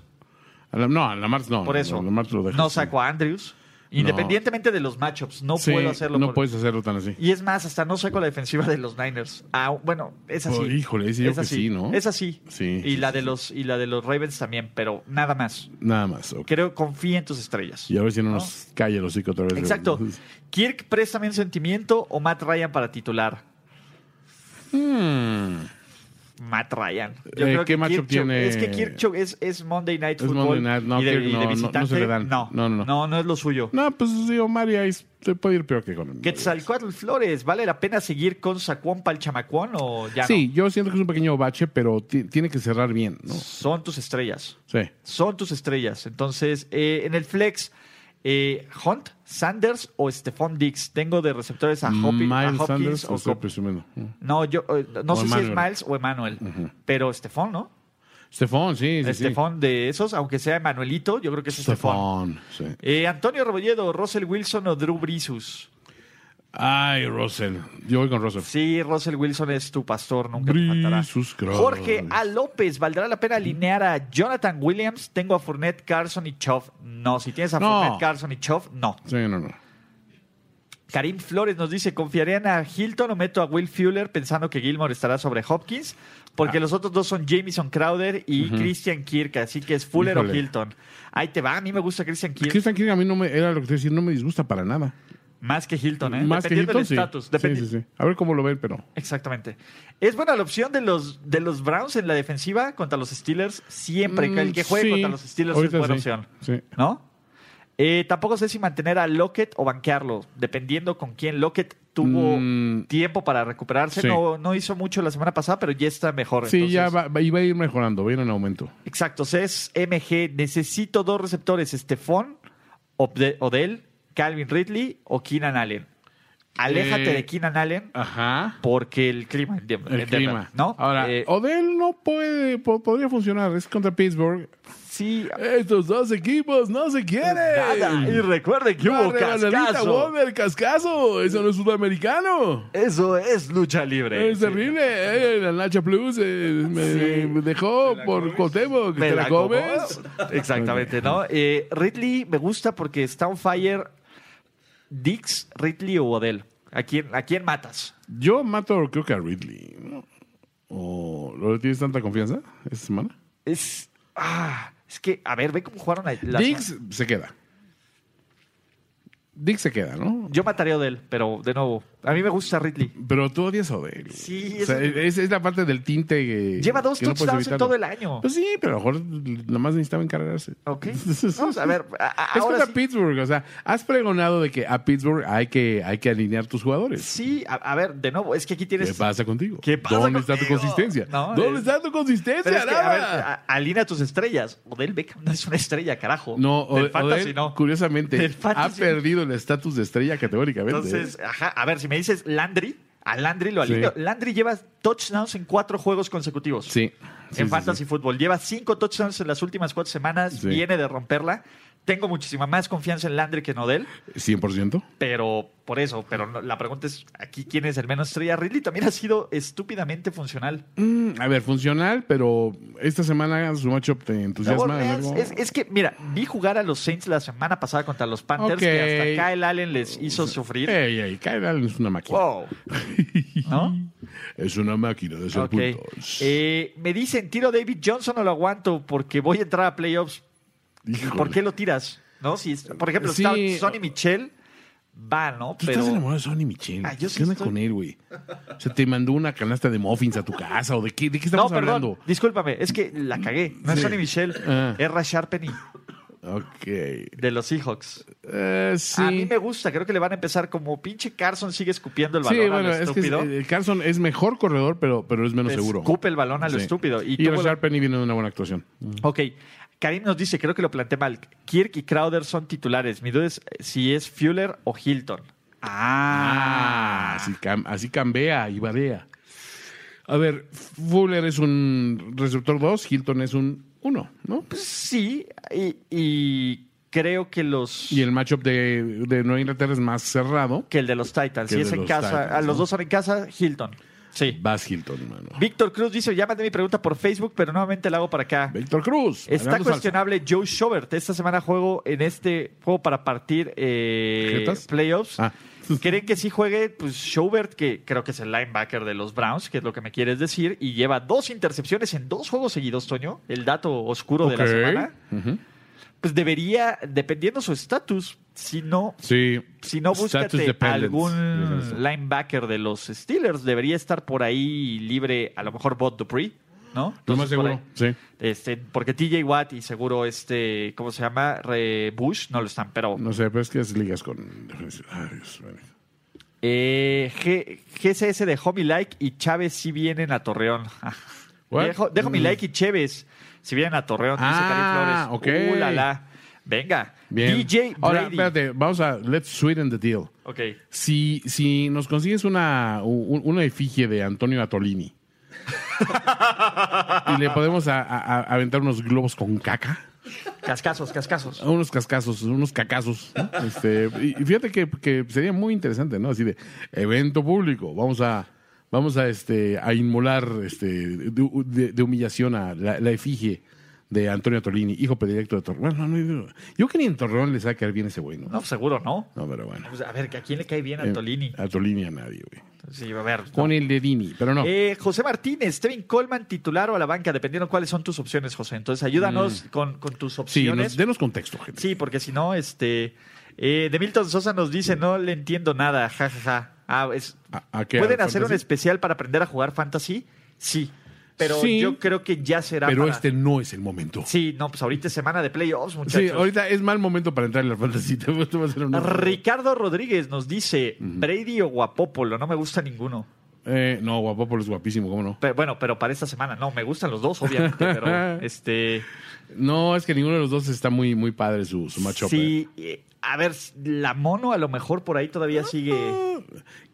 Speaker 4: A la- no, a Lamartz no.
Speaker 3: Por eso,
Speaker 4: a Lamartz lo dejas,
Speaker 3: no
Speaker 4: sí.
Speaker 3: saco a Andrews. Independientemente de los matchups, no
Speaker 4: Sí,
Speaker 3: puedo hacerlo.
Speaker 4: No
Speaker 3: por-
Speaker 4: puedes hacerlo tan así.
Speaker 3: Y es más, hasta no saco la defensiva de los Niners. Ah, bueno, es así.
Speaker 4: Oh, híjole, ese yo
Speaker 3: es
Speaker 4: que
Speaker 3: así.
Speaker 4: sí, ¿no?
Speaker 3: Es así.
Speaker 4: Sí,
Speaker 3: Y
Speaker 4: sí,
Speaker 3: la
Speaker 4: sí,
Speaker 3: de los y la de los Ravens también, pero nada más.
Speaker 4: Nada más. ok.
Speaker 3: Creo confía en tus estrellas.
Speaker 4: Y a ver si no nos calla el hocico otra vez.
Speaker 3: Exacto. Kirk préstame un sentimiento o Matt Ryan para titular.
Speaker 4: Hmm.
Speaker 3: Matt Ryan. Yo
Speaker 4: Eh,
Speaker 3: creo
Speaker 4: ¿qué
Speaker 3: que
Speaker 4: matchup
Speaker 3: Kirk Chubb-
Speaker 4: tiene?
Speaker 3: Es que Kirk Chubb es, es Monday Night
Speaker 4: Es
Speaker 3: Football.
Speaker 4: Monday Night, no,
Speaker 3: y de,
Speaker 4: Kirk
Speaker 3: y de
Speaker 4: no, no, no se
Speaker 3: visitante,
Speaker 4: le dan.
Speaker 3: No,
Speaker 4: No, no, no.
Speaker 3: no es lo suyo.
Speaker 4: No, pues digo, María es- te puede ir peor que con
Speaker 3: Quetzalcoatl Flores, ¿vale la pena seguir con Sacuón para el chamacuón o ya
Speaker 4: Sí, yo siento que es un pequeño bache, pero ti- tiene que cerrar bien, ¿no?
Speaker 3: no? Son tus estrellas.
Speaker 4: Sí.
Speaker 3: son tus estrellas. Entonces, eh, en el flex, eh, Hunt, Sanders o Stephon Dix. Tengo de receptores a, Hopi- a
Speaker 4: Miles
Speaker 3: Hopkins
Speaker 4: Sanders,
Speaker 3: o
Speaker 4: o estoy
Speaker 3: Cop-
Speaker 4: presumiendo. Mm.
Speaker 3: No, yo eh, no
Speaker 4: O
Speaker 3: sé si es
Speaker 4: Emmanuel.
Speaker 3: Miles o Emmanuel, pero Stephon, ¿no?
Speaker 4: Estefón, sí, sí. sí.
Speaker 3: Estefón de esos, aunque sea Manuelito, yo creo que es Estefón.
Speaker 4: Estefón, sí.
Speaker 3: Eh, Antonio Rebolledo, Russell Wilson o Drew Brisus.
Speaker 4: Ay, Russell. Yo voy con Russell.
Speaker 3: Sí, Russell Wilson es tu pastor, nunca te faltará.
Speaker 4: Brisus, claro.
Speaker 3: Jorge A. López, ¿valdrá la pena alinear a Jonathan Williams? Tengo a Fournette, Carson y Choff. No, si tienes a
Speaker 4: No.
Speaker 3: Fournette, Carson y Choff, no.
Speaker 4: Sí, no, no.
Speaker 3: Karim Flores nos dice, ¿confiarían a Hilton o meto a Will Fuller pensando que Gilmore estará sobre Hopkins? Porque
Speaker 4: Ah.
Speaker 3: los otros dos son Jamison Crowder y Christian Kirk, así que es Fuller o
Speaker 4: Híjole.
Speaker 3: Hilton. Ahí te va, a mí me gusta Christian Kirk
Speaker 4: Christian Kirk a mí no me, era lo que te iba a decir, no me disgusta para nada.
Speaker 3: más que Hilton, ¿eh?
Speaker 4: Más que
Speaker 3: Dependiendo
Speaker 4: Hilton,
Speaker 3: del
Speaker 4: sí.
Speaker 3: estatus.
Speaker 4: Sí,
Speaker 3: dependi-
Speaker 4: sí, sí. A ver cómo lo ven, pero...
Speaker 3: Exactamente. ¿Es buena la opción de los, de los Browns en la defensiva contra los Steelers? Siempre. que el que
Speaker 4: Mm,
Speaker 3: juegue
Speaker 4: Sí,
Speaker 3: contra los Steelers es
Speaker 4: ahorita
Speaker 3: buena
Speaker 4: sí,
Speaker 3: opción.
Speaker 4: Sí.
Speaker 3: ¿No? Eh, tampoco sé si mantener a Lockett o banquearlo, dependiendo con quién. Lockett tuvo
Speaker 4: Mm.
Speaker 3: tiempo para recuperarse.
Speaker 4: Sí.
Speaker 3: No, no hizo mucho la semana pasada, pero ya está mejor.
Speaker 4: Sí, ya
Speaker 3: entonces-
Speaker 4: va, va- y va a ir mejorando, va a ir en aumento.
Speaker 3: Exacto. Es MG. Necesito dos receptores: Estefón, Obde- Odell, Calvin Ridley o Keenan Allen. Aléjate
Speaker 4: Eh,
Speaker 3: de Keenan Allen
Speaker 4: Ajá.
Speaker 3: porque el clima. en Denver-
Speaker 4: El
Speaker 3: en Denver,
Speaker 4: clima.
Speaker 3: ¿no?
Speaker 4: Ahora, oh,
Speaker 3: Eh,
Speaker 4: Odell no puede, po- podría funcionar. Es contra Pittsburgh.
Speaker 3: sí,
Speaker 4: Estos dos equipos no se quieren.
Speaker 3: nada. Y recuerden que hubo cascazo.
Speaker 4: Warner, cascazo. Eso no es sudamericano.
Speaker 3: Eso es lucha libre.
Speaker 4: Es
Speaker 3: Sí.
Speaker 4: terrible. eh, la Nacha Plus eh, me,
Speaker 3: Sí.
Speaker 4: me dejó por Cuauhtémoc.
Speaker 3: ¿Me
Speaker 4: ¿Te la
Speaker 3: como?
Speaker 4: comes?
Speaker 3: Exactamente, ¿no? Eh, Ridley me gusta porque está on fire. Dix, Ridley o Odell. ¿A quién, ¿A quién matas?
Speaker 4: Yo mato, creo que a Ridley. ¿no? ¿O ¿lo tienes tanta confianza esta semana?
Speaker 3: Es. Ah, es que, a ver, ve cómo jugaron la- la-
Speaker 4: Dix se queda. Dix se queda, ¿no?
Speaker 3: Yo mataría a Odell, pero de nuevo, a mí me gusta Ridley.
Speaker 4: Pero tú odias a Odell. güey.
Speaker 3: Sí,
Speaker 4: O sea,
Speaker 3: es-
Speaker 4: es, es la parte del tinte que.
Speaker 3: Lleva dos
Speaker 4: que no puedes
Speaker 3: touchdowns en
Speaker 4: evitarlo.
Speaker 3: todo el año.
Speaker 4: Pues sí, pero a lo mejor nada más necesitaba encargarse.
Speaker 3: Ok. Vamos a ver. a- a-
Speaker 4: Es
Speaker 3: ahora
Speaker 4: contra
Speaker 3: sí,
Speaker 4: Pittsburgh, o sea, has pregonado de que a Pittsburgh hay que, hay que alinear tus jugadores.
Speaker 3: sí, a, a ver, de nuevo, es que aquí
Speaker 4: ¿Qué
Speaker 3: tienes.
Speaker 4: pasa contigo?
Speaker 3: ¿Qué pasa
Speaker 4: ¿Dónde está tu
Speaker 3: contigo?
Speaker 4: consistencia?
Speaker 3: No,
Speaker 4: ¿Dónde
Speaker 3: es-
Speaker 4: está tu
Speaker 3: Pero
Speaker 4: consistencia,
Speaker 3: es que, a ver,
Speaker 4: Arada?
Speaker 3: a- alinea tus estrellas. Odell Beckham no es una estrella, carajo.
Speaker 4: No,
Speaker 3: Del
Speaker 4: Ode-
Speaker 3: fantasy
Speaker 4: Odell,
Speaker 3: no.
Speaker 4: curiosamente,
Speaker 3: Del
Speaker 4: ha
Speaker 3: fantasy.
Speaker 4: perdido el estatus de estrella categóricamente. ¿eh?
Speaker 3: Entonces, ajá, a ver, si me dices Landry, a Landry lo
Speaker 4: Sí.
Speaker 3: alineo. Landry lleva touchdowns en cuatro juegos consecutivos.
Speaker 4: sí. Sí,
Speaker 3: en
Speaker 4: sí,
Speaker 3: Fantasy
Speaker 4: sí.
Speaker 3: Football. Lleva cinco touchdowns en las últimas cuatro semanas.
Speaker 4: Sí.
Speaker 3: Viene de romperla. Tengo muchísima más confianza en Landry que en Odell,
Speaker 4: 100%.
Speaker 3: pero por eso. Pero no- la pregunta es: aquí quién es el menos estrella? Ridley también ha sido estúpidamente funcional.
Speaker 4: Mm, a ver, funcional, pero esta semana su matchup te entusiasma.
Speaker 3: Nueva Orleans,
Speaker 4: algo?
Speaker 3: es, es que, mira, vi jugar a los Saints la semana pasada contra los Panthers, que
Speaker 4: Ok. Eh.
Speaker 3: hasta Kyle Allen les hizo sufrir.
Speaker 4: Ey, ey, Kyle Allen es una máquina.
Speaker 3: Wow. ¿No?
Speaker 4: Es una máquina de hacer
Speaker 3: Ok.
Speaker 4: puntos.
Speaker 3: Eh, me dicen, tiro a David Johnson o lo aguanto porque voy a entrar a playoffs.
Speaker 4: Híjole.
Speaker 3: ¿Por qué lo tiras? ¿No? Si, es- por ejemplo,
Speaker 4: Sí.
Speaker 3: está Sonny Michel, va, ¿no?
Speaker 4: Tú
Speaker 3: Pero
Speaker 4: estás enamorado de Sonny Michel.
Speaker 3: Ah, yo sí
Speaker 4: ¿Qué onda
Speaker 3: estoy.
Speaker 4: con él, güey? O sea, te mandó una canasta de muffins a tu casa o de qué, de qué
Speaker 3: no,
Speaker 4: estamos
Speaker 3: perdón,
Speaker 4: hablando.
Speaker 3: discúlpame, es que la cagué. No es
Speaker 4: Sí.
Speaker 3: Sonny Michel,
Speaker 4: Ah.
Speaker 3: es Rashard Penny
Speaker 4: Ok.
Speaker 3: de los Seahawks.
Speaker 4: Eh, sí.
Speaker 3: A mí me gusta, creo que le van a empezar como pinche Carson sigue escupiendo el
Speaker 4: Sí,
Speaker 3: balón a lo
Speaker 4: bueno, es que
Speaker 3: estúpido.
Speaker 4: eh, Carson es mejor corredor, pero, pero es menos seguro.
Speaker 3: Escupe el balón a lo
Speaker 4: Sí.
Speaker 3: estúpido. Y,
Speaker 4: Y,
Speaker 3: tuvo la-
Speaker 4: Rashard Penny viene de una buena actuación.
Speaker 3: Ok. Karim nos dice, creo que lo planteé mal. Kirk y Crowder son titulares. Mi duda es eh, si es Fuller o Hilton. Ah.
Speaker 4: Así, cam- así cambia y varía. A ver, Fuller es un receptor 2, Hilton es un 1, ¿no?
Speaker 3: Sí, y, y creo que los
Speaker 4: Y el matchup de, de Nueva Inglaterra es más cerrado.
Speaker 3: que el de los Titans.
Speaker 4: Que
Speaker 3: Si
Speaker 4: el
Speaker 3: es
Speaker 4: de
Speaker 3: en
Speaker 4: los
Speaker 3: casa,
Speaker 4: Titans,
Speaker 3: a los
Speaker 4: ¿no?
Speaker 3: dos son en casa, Hilton. Sí.
Speaker 4: Vas Hilton, mano.
Speaker 3: Víctor Cruz dice, ya mandé mi pregunta por Facebook, pero nuevamente la hago para acá.
Speaker 4: Víctor Cruz. hablando
Speaker 3: Está
Speaker 4: salsa.
Speaker 3: cuestionable Joe Schobert. Esta semana juego en este juego para partir eh,
Speaker 4: ¿Jetas?
Speaker 3: playoffs.
Speaker 4: Ah.
Speaker 3: ¿Creen que sí juegue? Pues Schobert, que creo que es el linebacker de los Browns, que es lo que me quieres decir, y lleva dos intercepciones en dos juegos seguidos, Toño. El dato oscuro de la
Speaker 4: Ok.
Speaker 3: semana.
Speaker 4: Ujú.
Speaker 3: Pues debería, dependiendo su estatus, si no,
Speaker 4: Sí.
Speaker 3: si no
Speaker 4: Status
Speaker 3: búscate
Speaker 4: dependent.
Speaker 3: algún
Speaker 4: Eso.
Speaker 3: linebacker de los Steelers, debería estar por ahí libre, a lo mejor Bob Dupree, ¿no?
Speaker 4: Lo más
Speaker 3: Entonces, por
Speaker 4: seguro.
Speaker 3: ahí.
Speaker 4: Sí.
Speaker 3: Este, porque TJ Watt y seguro este, ¿cómo se llama? Re- Bush, no lo están, pero
Speaker 4: No sé, pero es que es ligas con defensa. Ay, Dios mío.
Speaker 3: eh, G- GCS dejó mi like y Chávez sí vienen a Torreón.
Speaker 4: What?
Speaker 3: dejo dejo mi
Speaker 4: Mm.
Speaker 3: like y Chávez si vienen a Torreón,
Speaker 4: Ah,
Speaker 3: dice Karim Flores.
Speaker 4: ok.
Speaker 3: Uh, la, la. Venga,
Speaker 4: Bien.
Speaker 3: DJ Brady.
Speaker 4: Ahora, espérate, vamos a. Let's sweeten the deal.
Speaker 3: Ok.
Speaker 4: Si, si nos consigues una, un- una efigie de Antonio Atolini y le podemos a- a- a- aventar unos globos con caca.
Speaker 3: Cascazos, cascazos.
Speaker 4: Unos cascazos, unos cacazos. ¿no? Este, y y fíjate que, que sería muy interesante, ¿no? Así de evento público. Vamos a vamos a este a inmolar este de, de- de humillación a la, la efigie de Antonio Tolini, hijo predilecto de Torreón. Bueno, no, no, no. yo que ni en Torreón les va a caer bien ese güey, ¿no?
Speaker 3: No, seguro, ¿no?
Speaker 4: No, pero bueno.
Speaker 3: Pues, a ver, ¿a quién le cae bien
Speaker 4: Eh,
Speaker 3: a Tolini?
Speaker 4: A Tolini a nadie, güey.
Speaker 3: Sí, a ver.
Speaker 4: Con el de Dini, pero no.
Speaker 3: Eh, José Martínez, Steven Coleman, titular o a la banca, dependiendo cuáles son tus opciones, José. Entonces, ayúdanos con, con
Speaker 4: Mm.
Speaker 3: tus
Speaker 4: sí, nos,
Speaker 3: opciones.
Speaker 4: denos contexto, gente.
Speaker 3: Sí, porque si no, este. Eh, de Milton Sosa nos dice, no le entiendo nada, jajaja. Ah, es-
Speaker 4: ¿A- a qué?
Speaker 3: ¿Pueden
Speaker 4: ¿A
Speaker 3: hacer un
Speaker 4: fantasy?
Speaker 3: especial para aprender a jugar fantasy? Sí. Pero
Speaker 4: Sí.
Speaker 3: yo creo que ya será.
Speaker 4: Pero
Speaker 3: para-
Speaker 4: este no es el momento.
Speaker 3: Sí, no, pues ahorita es semana de playoffs, muchachos.
Speaker 4: Sí, ahorita es mal momento para entrar en la fantasía. Te voy a hacer un-
Speaker 3: Ricardo Rodríguez nos dice, Brady o Guapopolo, no me gusta ninguno.
Speaker 4: Eh, no, Guapopolo es guapísimo, ¿cómo no?
Speaker 3: Pero, bueno, pero para esta semana, no, me gustan los dos, obviamente, pero este...
Speaker 4: No, es que ninguno de los dos está muy, muy padre su, su matchup.
Speaker 3: Sí, eh, a ver, la mono a lo mejor por ahí todavía sigue...
Speaker 4: eh.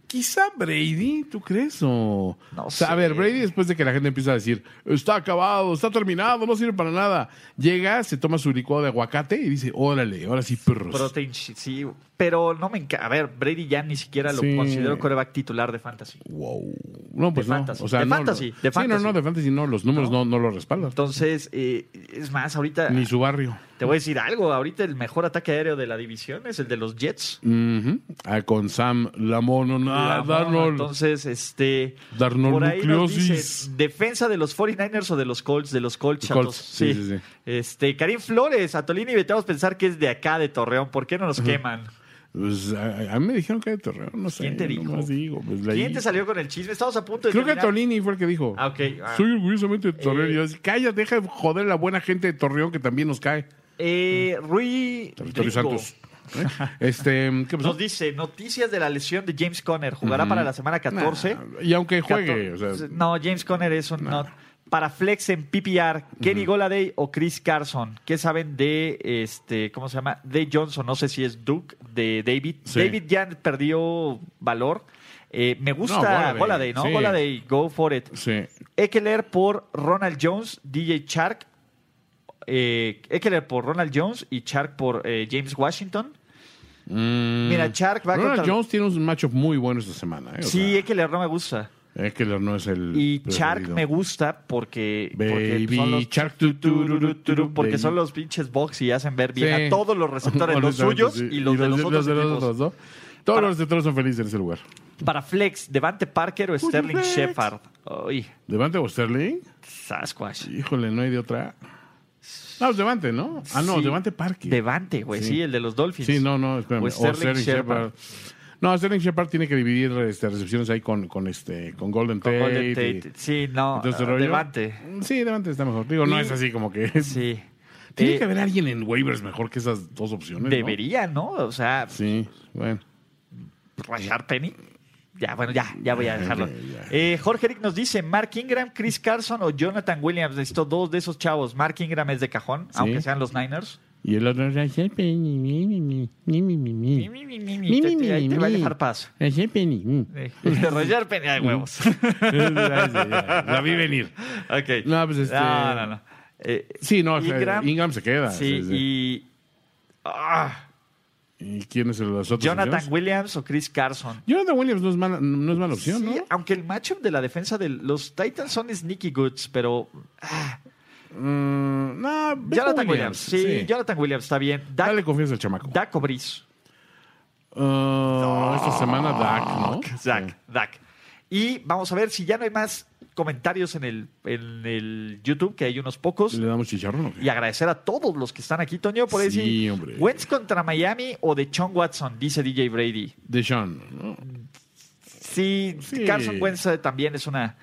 Speaker 4: Quizá Brady, ¿tú crees? O...
Speaker 3: No
Speaker 4: O sea, A
Speaker 3: sé.
Speaker 4: ver, Brady, después de que la gente empieza a decir, está acabado, está terminado, no sirve para nada, llega, se toma su licuado de aguacate y dice, órale, ahora sí, perros.
Speaker 3: Protein, shit, sí, pero no me encanta. A ver, Brady ya ni siquiera lo
Speaker 4: Sí.
Speaker 3: considero coreback titular de fantasy.
Speaker 4: Wow. No, pues
Speaker 3: De
Speaker 4: no.
Speaker 3: fantasy.
Speaker 4: O sea,
Speaker 3: De
Speaker 4: no,
Speaker 3: fantasy,
Speaker 4: lo-
Speaker 3: de
Speaker 4: Sí, no,
Speaker 3: fantasy.
Speaker 4: no, de fantasy no, los números no, no lo respaldan.
Speaker 3: Entonces, eh, es más, ahorita
Speaker 4: Ni su barrio.
Speaker 3: te voy a decir algo. Ahorita el mejor ataque aéreo de la división es el de los Jets.
Speaker 4: Ujú. Ah, con Sam Lamono, nada,
Speaker 3: La mono, Entonces, este.
Speaker 4: Darnold
Speaker 3: por ahí nos
Speaker 4: nucleosis.
Speaker 3: dice, defensa de los 49ers o de los Colts, de los Colts, chatos.
Speaker 4: Colts, sí, sí, sí.
Speaker 3: Este, Karim Flores, Atolini, evitamos pensar que es de acá, de Torreón. ¿Por qué no nos queman?
Speaker 4: Pues, a, a mí me dijeron que era de Torreón, no sé.
Speaker 3: ¿Quién te dijo?
Speaker 4: nomás digo, pues, leí.
Speaker 3: ¿Quién te salió con el chisme? Estamos a punto de.
Speaker 4: Creo que
Speaker 3: terminar.
Speaker 4: Tolini fue el que dijo.
Speaker 3: Ah, ok. Ah.
Speaker 4: Soy orgullosamente de Torreón.
Speaker 3: Eh.
Speaker 4: Y yo decía, Calla, deja de joder a la buena gente de Torreón que también nos cae.
Speaker 3: Eh, Rui.
Speaker 4: Territorio
Speaker 3: Rico.
Speaker 4: Mm. Santos. ¿Eh? Este, ¿qué pasó?
Speaker 3: Nos dice noticias de la lesión de James Conner. Jugará para la semana 14.
Speaker 4: Nah, y aunque juegue, o sea,
Speaker 3: No, James Conner es un not. Para Flex en PPR, Kenny Goladay o Chris Carson. ¿Qué saben de este, cómo se llama? De Johnson, no sé si es Duke, de David.
Speaker 4: Sí.
Speaker 3: David ya perdió valor. Eh, me
Speaker 4: No,
Speaker 3: gusta
Speaker 4: Golladay,
Speaker 3: Goladay, ¿no?
Speaker 4: sí.
Speaker 3: Golladay, go for it.
Speaker 4: sí.
Speaker 3: Eckler por Ronald Jones, DJ Chark. Eh, Eckler por Ronald Jones y Chark por eh, James Washington.
Speaker 4: Mm.
Speaker 3: Mira, Chark va
Speaker 4: Ronald
Speaker 3: contra-
Speaker 4: Jones tiene un matchup muy bueno esta semana. ¿eh? O
Speaker 3: Sí,
Speaker 4: sea,
Speaker 3: Eckler no me gusta.
Speaker 4: es que no es el.
Speaker 3: Y
Speaker 4: preferido.
Speaker 3: Shark me gusta porque, porque
Speaker 4: Baby
Speaker 3: son los
Speaker 4: Shark, tu, tu, ru, ru, tu, ru,
Speaker 3: porque
Speaker 4: baby.
Speaker 3: son los pinches box y hacen ver bien
Speaker 4: Sí.
Speaker 3: a todos los receptores, los
Speaker 4: Honestamente,
Speaker 3: suyos
Speaker 4: sí.
Speaker 3: y los de los otros
Speaker 4: de los
Speaker 3: equipos.
Speaker 4: otros, ¿no? Todos los receptores son felices en ese lugar.
Speaker 3: Para Flex, Devante Parker o Sterling
Speaker 4: Flex.
Speaker 3: Shepard. Ay,
Speaker 4: ¿Devante o Sterling?
Speaker 3: Sasquatch.
Speaker 4: Híjole, no hay de otra. No, pues Devante, ¿no? Ah, no,
Speaker 3: Sí.
Speaker 4: Devante Parque.
Speaker 3: Devante, güey,
Speaker 4: Sí.
Speaker 3: sí. el de los Dolphins.
Speaker 4: Sí, no, no, espérame.
Speaker 3: O Sterling Shepard.
Speaker 4: No, Sterling Shepard tiene que dividir este, recepciones ahí con, con, este, con Golden
Speaker 3: Con
Speaker 4: Tate.
Speaker 3: Golden
Speaker 4: y-
Speaker 3: Tate. Sí, no,
Speaker 4: entonces,
Speaker 3: ah,
Speaker 4: rollo.
Speaker 3: Devante.
Speaker 4: Sí, Devante está mejor. Digo, no
Speaker 3: Y-
Speaker 4: es así como que... es-
Speaker 3: Sí.
Speaker 4: Tiene
Speaker 3: Eh,
Speaker 4: que haber alguien en waivers mejor que esas dos opciones, ¿no?
Speaker 3: debería, ¿no? O sea,
Speaker 4: Sí, bueno.
Speaker 3: Rashard Penny. Ya, bueno, ya, ya voy a dejarlo.
Speaker 4: Ya, ya.
Speaker 3: Eh, Jorge Eric nos dice: Mark Ingram, Chris Carson o Jonathan Williams. Necesito dos de esos chavos. Mark Ingram es de cajón, aunque sean los Niners.
Speaker 4: Y el otro... Rashad Penny, mi, mi, mi, mi, mi, mi, mi. mi,
Speaker 3: Te-
Speaker 4: mi,
Speaker 3: te- ahí te
Speaker 4: mi.
Speaker 3: va a dejar paso.
Speaker 4: Rashad Penny, mi.
Speaker 3: Eh, Rashard Penny, ay, huevos.
Speaker 4: Ya, ya, ya. La vi venir.
Speaker 3: Ok.
Speaker 4: No, pues, este-
Speaker 3: No, no, no. Eh,
Speaker 4: Sí, no, o sea,
Speaker 3: Ingram,
Speaker 4: Ingram, se queda.
Speaker 3: sí,
Speaker 4: Sí, sí.
Speaker 3: y. ah,
Speaker 4: ¿Y quién es el de las otras
Speaker 3: Jonathan
Speaker 4: opciones?
Speaker 3: Williams o Chris Carson.
Speaker 4: Jonathan Williams no es mala, no es mala opción,
Speaker 3: Sí, aunque el matchup de la defensa de los Titans son sneaky goods, pero
Speaker 4: ¿no? Mm, no, ve
Speaker 3: Jonathan
Speaker 4: con
Speaker 3: Williams, sí, Jonathan Williams está bien. Dak,
Speaker 4: Dale confianza al chamaco.
Speaker 3: Dak o Breeze.
Speaker 4: Uh, Esta semana Dak, ¿no?
Speaker 3: Dak, Dak. Y vamos a ver si ya no hay más comentarios en el, en el YouTube, que hay unos pocos.
Speaker 4: ¿Le damos chicharrón o qué?
Speaker 3: Y agradecer a todos los que están aquí, Toño, por
Speaker 4: Sí,
Speaker 3: decir
Speaker 4: hombre.
Speaker 3: Wentz contra Miami o de Sean Watson, dice DJ Brady.
Speaker 4: Deshaun, ¿no?
Speaker 3: Sí,
Speaker 4: Sí.
Speaker 3: Carson Wentz eh, también es una.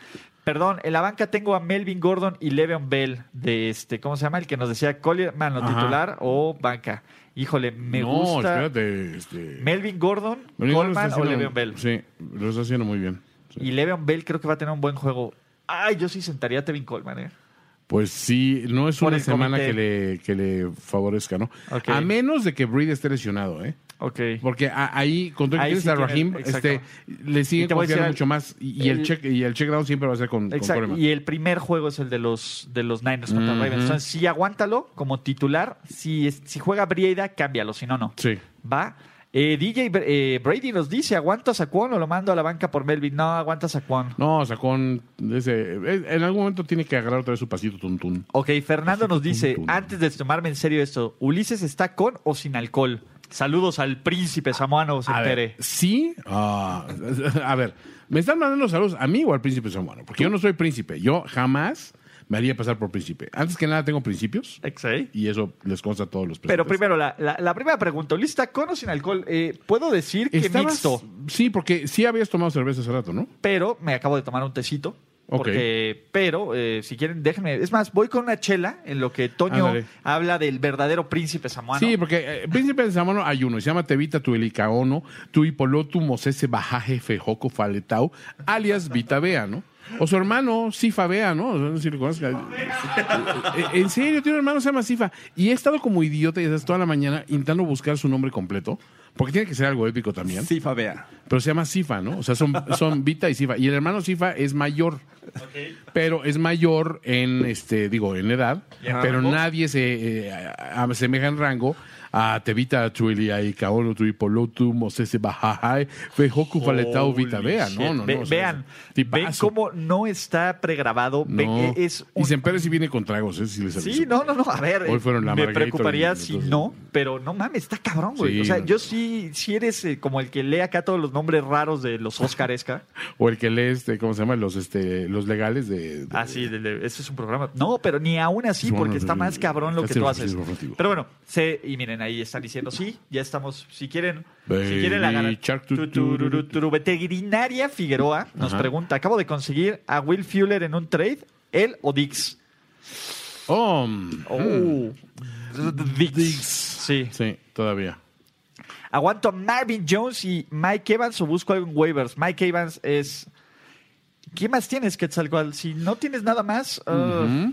Speaker 3: Perdón, en la banca tengo a Melvin Gordon y Le'Veon Bell de este, ¿cómo se llama? El que nos decía Coleman, lo
Speaker 4: Ajá.
Speaker 3: titular o banca. Híjole, me
Speaker 4: no,
Speaker 3: gusta.
Speaker 4: espérate. Este...
Speaker 3: Melvin Gordon,
Speaker 4: Bueno, igual lo
Speaker 3: Coleman
Speaker 4: está
Speaker 3: o
Speaker 4: haciendo-
Speaker 3: Le'Veon Bell.
Speaker 4: Sí, lo está haciendo muy bien. Sí.
Speaker 3: Y Le'Veon Bell creo que va a tener un buen juego. Ay, yo sí sentaría a Tevin Coleman, ¿eh?
Speaker 4: Pues sí, no es
Speaker 3: Por
Speaker 4: una
Speaker 3: el
Speaker 4: semana
Speaker 3: comité.
Speaker 4: que le, que le favorezca, ¿no?
Speaker 3: Ok.
Speaker 4: A menos de que Breed esté lesionado, ¿eh?
Speaker 3: Ok.
Speaker 4: Porque a- ahí, con todo que
Speaker 3: Ahí
Speaker 4: tienes
Speaker 3: sí
Speaker 4: a
Speaker 3: tiene-
Speaker 4: Raheem,
Speaker 3: exacto.
Speaker 4: este, le
Speaker 3: Y
Speaker 4: siguen
Speaker 3: te voy a decir
Speaker 4: confiando
Speaker 3: al-
Speaker 4: mucho más. Y y el,
Speaker 3: el-
Speaker 4: check y el check down siempre va a ser con, con
Speaker 3: Exacto.
Speaker 4: Coleman.
Speaker 3: Y el primer juego es el de los, de los Niners contra Ravens. Entonces, sí, aguántalo como titular. Si, es- si juega Brieda, cámbialo. Si no, no.
Speaker 4: Sí.
Speaker 3: Va. Eh, DJ Br- eh, Brady nos dice: ¿aguantas a Quan o lo mando a la banca por Melvin? No, aguantas a Quan.
Speaker 4: No, Sacón, ese, eh, en algún momento tiene que agarrar otra vez su pasito tuntún.
Speaker 3: Ok, Fernando nos dice:
Speaker 4: Punto.
Speaker 3: Antes de tomarme en serio esto, ¿Ulises está con o sin alcohol? Saludos al príncipe samoano, se
Speaker 4: A ver,
Speaker 3: entere.
Speaker 4: sí. Ah, a ver, me están mandando saludos a mí o al príncipe Samuano, porque yo no soy príncipe. Yo jamás me haría pasar por príncipe. Antes que nada, tengo principios
Speaker 3: Exacto.
Speaker 4: y eso les consta a todos los
Speaker 3: Pero
Speaker 4: presentes.
Speaker 3: primero, la, la- la primera pregunta: ¿Ulises está con o sin alcohol? Eh, Puedo decir que
Speaker 4: Estabas-
Speaker 3: mixto.
Speaker 4: Sí, porque sí habías tomado cerveza hace rato, ¿no?
Speaker 3: pero me acabo de tomar un tecito.
Speaker 4: Ok.
Speaker 3: Porque, pero, eh, si quieren, déjenme. Es más, voy con una chela en lo que Toño
Speaker 4: Ándale.
Speaker 3: habla del verdadero príncipe samoano.
Speaker 4: Sí, porque eh, Príncipe de Zamano hay uno, y se llama Tevita Tuelicaono, Tuipolotu Mosese Bajaje Fejoco Faletau, alias Vitabea, ¿no? O su hermano, Sifa Bea, ¿no? O sea, No sé si lo conozca. Eh, En serio, tiene un hermano que se llama Sifa. Y he estado como idiota y estás toda la mañana intentando buscar su nombre completo, porque tiene que ser algo épico también.
Speaker 5: Sí, Fabea.
Speaker 4: Pero se llama Sifa, ¿no? O sea, son, son Vita y Sifa. Y el hermano Sifa es mayor. Pero es mayor en, este, digo, en edad. Pero nadie se eh, a- asemeja en rango a Tevita Tuili, a Icaono, Tuipolotu, Mosese Bajajai, Fejoku Faletau, Vita Vea.
Speaker 3: Ve-
Speaker 4: No, no,
Speaker 3: ve-
Speaker 4: no. o sea,
Speaker 3: vean, ven
Speaker 4: tipazo.
Speaker 3: cómo no está pregrabado. Ven,
Speaker 4: No.
Speaker 3: eh, es un-
Speaker 4: Y Semper si viene con tragos, ¿eh? Si les
Speaker 3: Sí,
Speaker 4: aviso.
Speaker 3: no, no, no. A ver,
Speaker 4: Hoy
Speaker 3: eh,
Speaker 4: fueron la
Speaker 3: me
Speaker 4: Margarita
Speaker 3: preocuparía
Speaker 4: y-
Speaker 3: si
Speaker 4: entonces-
Speaker 3: no, pero no mames, está cabrón, güey.
Speaker 4: Sí,
Speaker 3: o sea,
Speaker 4: no.
Speaker 3: yo sí, si eres eh, como el que lee acá todos los nombres raros de los Oscaresca.
Speaker 4: O el que lee, este, ¿cómo se llama? Los, este, los legales de... de-
Speaker 3: Ah, sí, de- de- ese es un programa. No, pero ni aún así,
Speaker 4: Bueno,
Speaker 3: porque está
Speaker 4: de-
Speaker 3: más cabrón lo que
Speaker 4: casi
Speaker 3: tú
Speaker 4: lo
Speaker 3: haces.
Speaker 4: informativo.
Speaker 3: Pero bueno, sé, y miren, ahí están diciendo, sí, ya estamos, si quieren, si
Speaker 4: Baby
Speaker 3: quieren la ganan-
Speaker 4: Shark
Speaker 3: Tu- tu- ru- ru- ru- Veterinaria Figueroa nos
Speaker 4: Ajá.
Speaker 3: pregunta, acabo de conseguir a Will Fuller en un trade, él o Dix.
Speaker 4: Oh,
Speaker 3: Oh, Dix. Sí.
Speaker 4: sí, todavía.
Speaker 3: Aguanto a Marvin Jones y Mike Evans o busco algún waivers. Mike Evans es... ¿Qué más tienes, Quetzalcoatl? Si no tienes nada más... uh,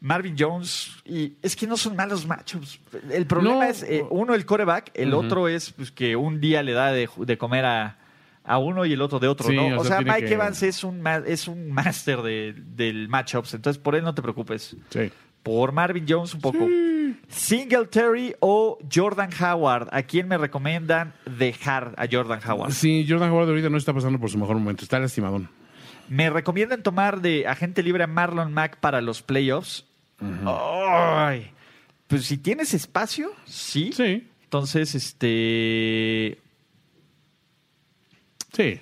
Speaker 3: Marvin Jones y es que no son malos matchups. El problema
Speaker 4: No.
Speaker 3: es eh, uno el coreback, el otro es pues, que un día le da de, ju- de comer a, a uno y el otro de otro,
Speaker 4: Sí,
Speaker 3: ¿no?
Speaker 4: o
Speaker 3: O
Speaker 4: sea,
Speaker 3: sea,
Speaker 4: tiene
Speaker 3: Mike
Speaker 4: que-
Speaker 3: Evans es un ma- es un máster de, del matchups, entonces por él no te preocupes.
Speaker 4: Sí.
Speaker 3: Por Marvin Jones un poco. Singletary o Jordan Howard, ¿a quién me recomiendan dejar a Jordan Howard?
Speaker 4: Sí, Jordan Howard ahorita no está pasando por su mejor momento, está lastimadón.
Speaker 3: Me recomiendan tomar de agente libre a Marlon Mack para los playoffs. Ay, pues si tienes espacio, sí.
Speaker 4: Sí,
Speaker 3: Entonces, este.
Speaker 4: sí.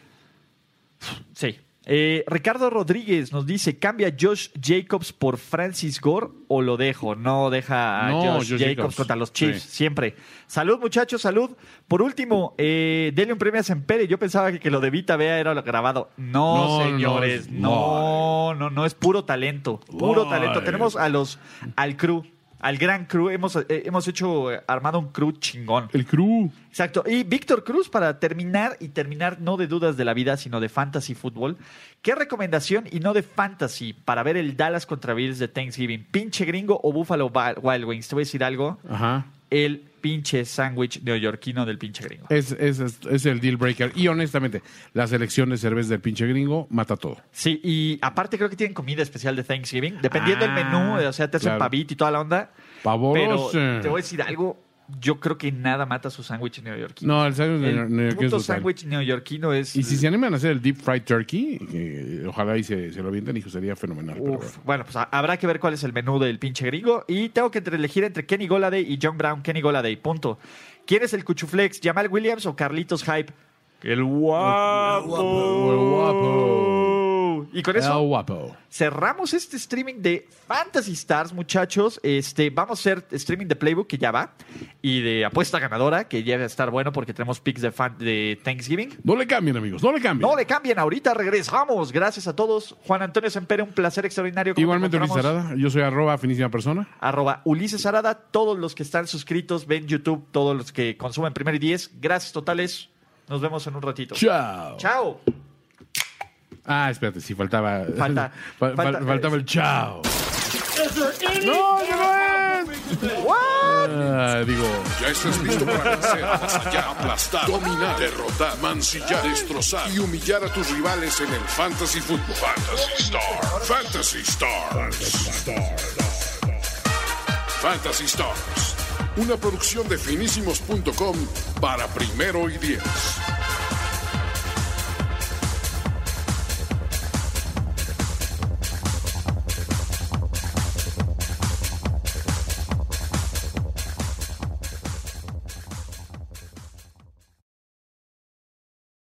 Speaker 3: Sí. Eh, Ricardo Rodríguez nos dice: ¿cambia a Josh Jacobs por Francis Gore o lo dejo? No deja a
Speaker 4: No,
Speaker 3: Josh,
Speaker 4: Josh
Speaker 3: Jacobs,
Speaker 4: Jacobs.
Speaker 3: contra los Chiefs,
Speaker 4: Sí.
Speaker 3: siempre. Salud, muchachos, salud. Por último, eh, denle un premio a Sempere. Yo pensaba que, que lo de Vita Vea era lo grabado. No,
Speaker 4: No, no,
Speaker 3: señores,
Speaker 4: no.
Speaker 3: no, no, no, es puro talento. Puro
Speaker 4: Ay.
Speaker 3: talento. Tenemos a los, al crew, al gran crew. Hemos, eh, hemos hecho, eh, armado un crew chingón.
Speaker 4: El crew.
Speaker 3: Exacto. Y Víctor Cruz, para terminar y terminar no de dudas de la vida, sino de fantasy fútbol. ¿Qué recomendación y no de fantasy para ver el Dallas contra Bills de Thanksgiving? ¿Pinche gringo o Buffalo Ba- Wild Wings? Te voy a decir algo.
Speaker 4: Ajá.
Speaker 3: El pinche sándwich neoyorquino del pinche gringo.
Speaker 4: Es, es, es, es el deal breaker. Y honestamente, la selección de cerveza del pinche gringo mata todo.
Speaker 3: Sí, y aparte creo que tienen comida especial de Thanksgiving. Dependiendo del
Speaker 4: Ah,
Speaker 3: menú, eh, o sea, te hacen
Speaker 4: claro. Oh,
Speaker 3: pavito y toda la onda.
Speaker 4: Pavoroso.
Speaker 3: Pero te voy a decir algo. Yo creo que nada mata su sándwich neoyorquino.
Speaker 4: No, el sándwich
Speaker 3: el
Speaker 4: de neoyorquino es
Speaker 3: puto
Speaker 4: brutal.
Speaker 3: sándwich neoyorquino es...
Speaker 4: Y si se animan a hacer el deep fried turkey, que ojalá y se, se lo avienten, hijo, sería fenomenal. pero
Speaker 3: Uf, bueno, pues ha- habrá que ver cuál es el menú del pinche gringo. Y tengo que entre- elegir entre Kenny Goladay y John Brown. Kenny Goladay, punto. ¿Quién es el Cuchuflex? ¿Jamal Williams o Carlitos Hype? El
Speaker 4: bueno. El guapo.
Speaker 3: Y con
Speaker 4: El
Speaker 3: eso
Speaker 4: guapo.
Speaker 3: cerramos este streaming de Fantasy Stars, muchachos. Este, vamos a hacer streaming de Playbook, que ya va. Y de apuesta ganadora, que ya va a estar bueno porque tenemos picks de, fan- de Thanksgiving.
Speaker 4: No le cambien, amigos, no le cambien.
Speaker 3: No le cambien, ahorita regresamos. Gracias a todos. Juan Antonio Sempere, un placer extraordinario. como
Speaker 4: Igualmente,
Speaker 3: te
Speaker 4: Luis
Speaker 3: encontramos.
Speaker 4: Arada, yo soy arroba finísima persona.
Speaker 3: arroba Ulises Arada, todos los que están suscritos, ven YouTube, todos los que consumen Primer y Diez. Gracias totales. Nos vemos en un ratito.
Speaker 4: Chao.
Speaker 3: Chao.
Speaker 4: Ah, espérate, sí, faltaba.
Speaker 3: Falta-
Speaker 4: fal- fal-
Speaker 3: falta-
Speaker 4: faltaba el chao. ¡No, yo no es! Ah, digo,
Speaker 1: Ya estás listo para vencer, avasallar, aplastar, dominar, derrotar, mancillar, destrozar y humillar a tus rivales en el Fantasy Football. Fantasy Star. Fantasy Stars. Fantasy Stars. Una producción de finísimos.com para primero y diez.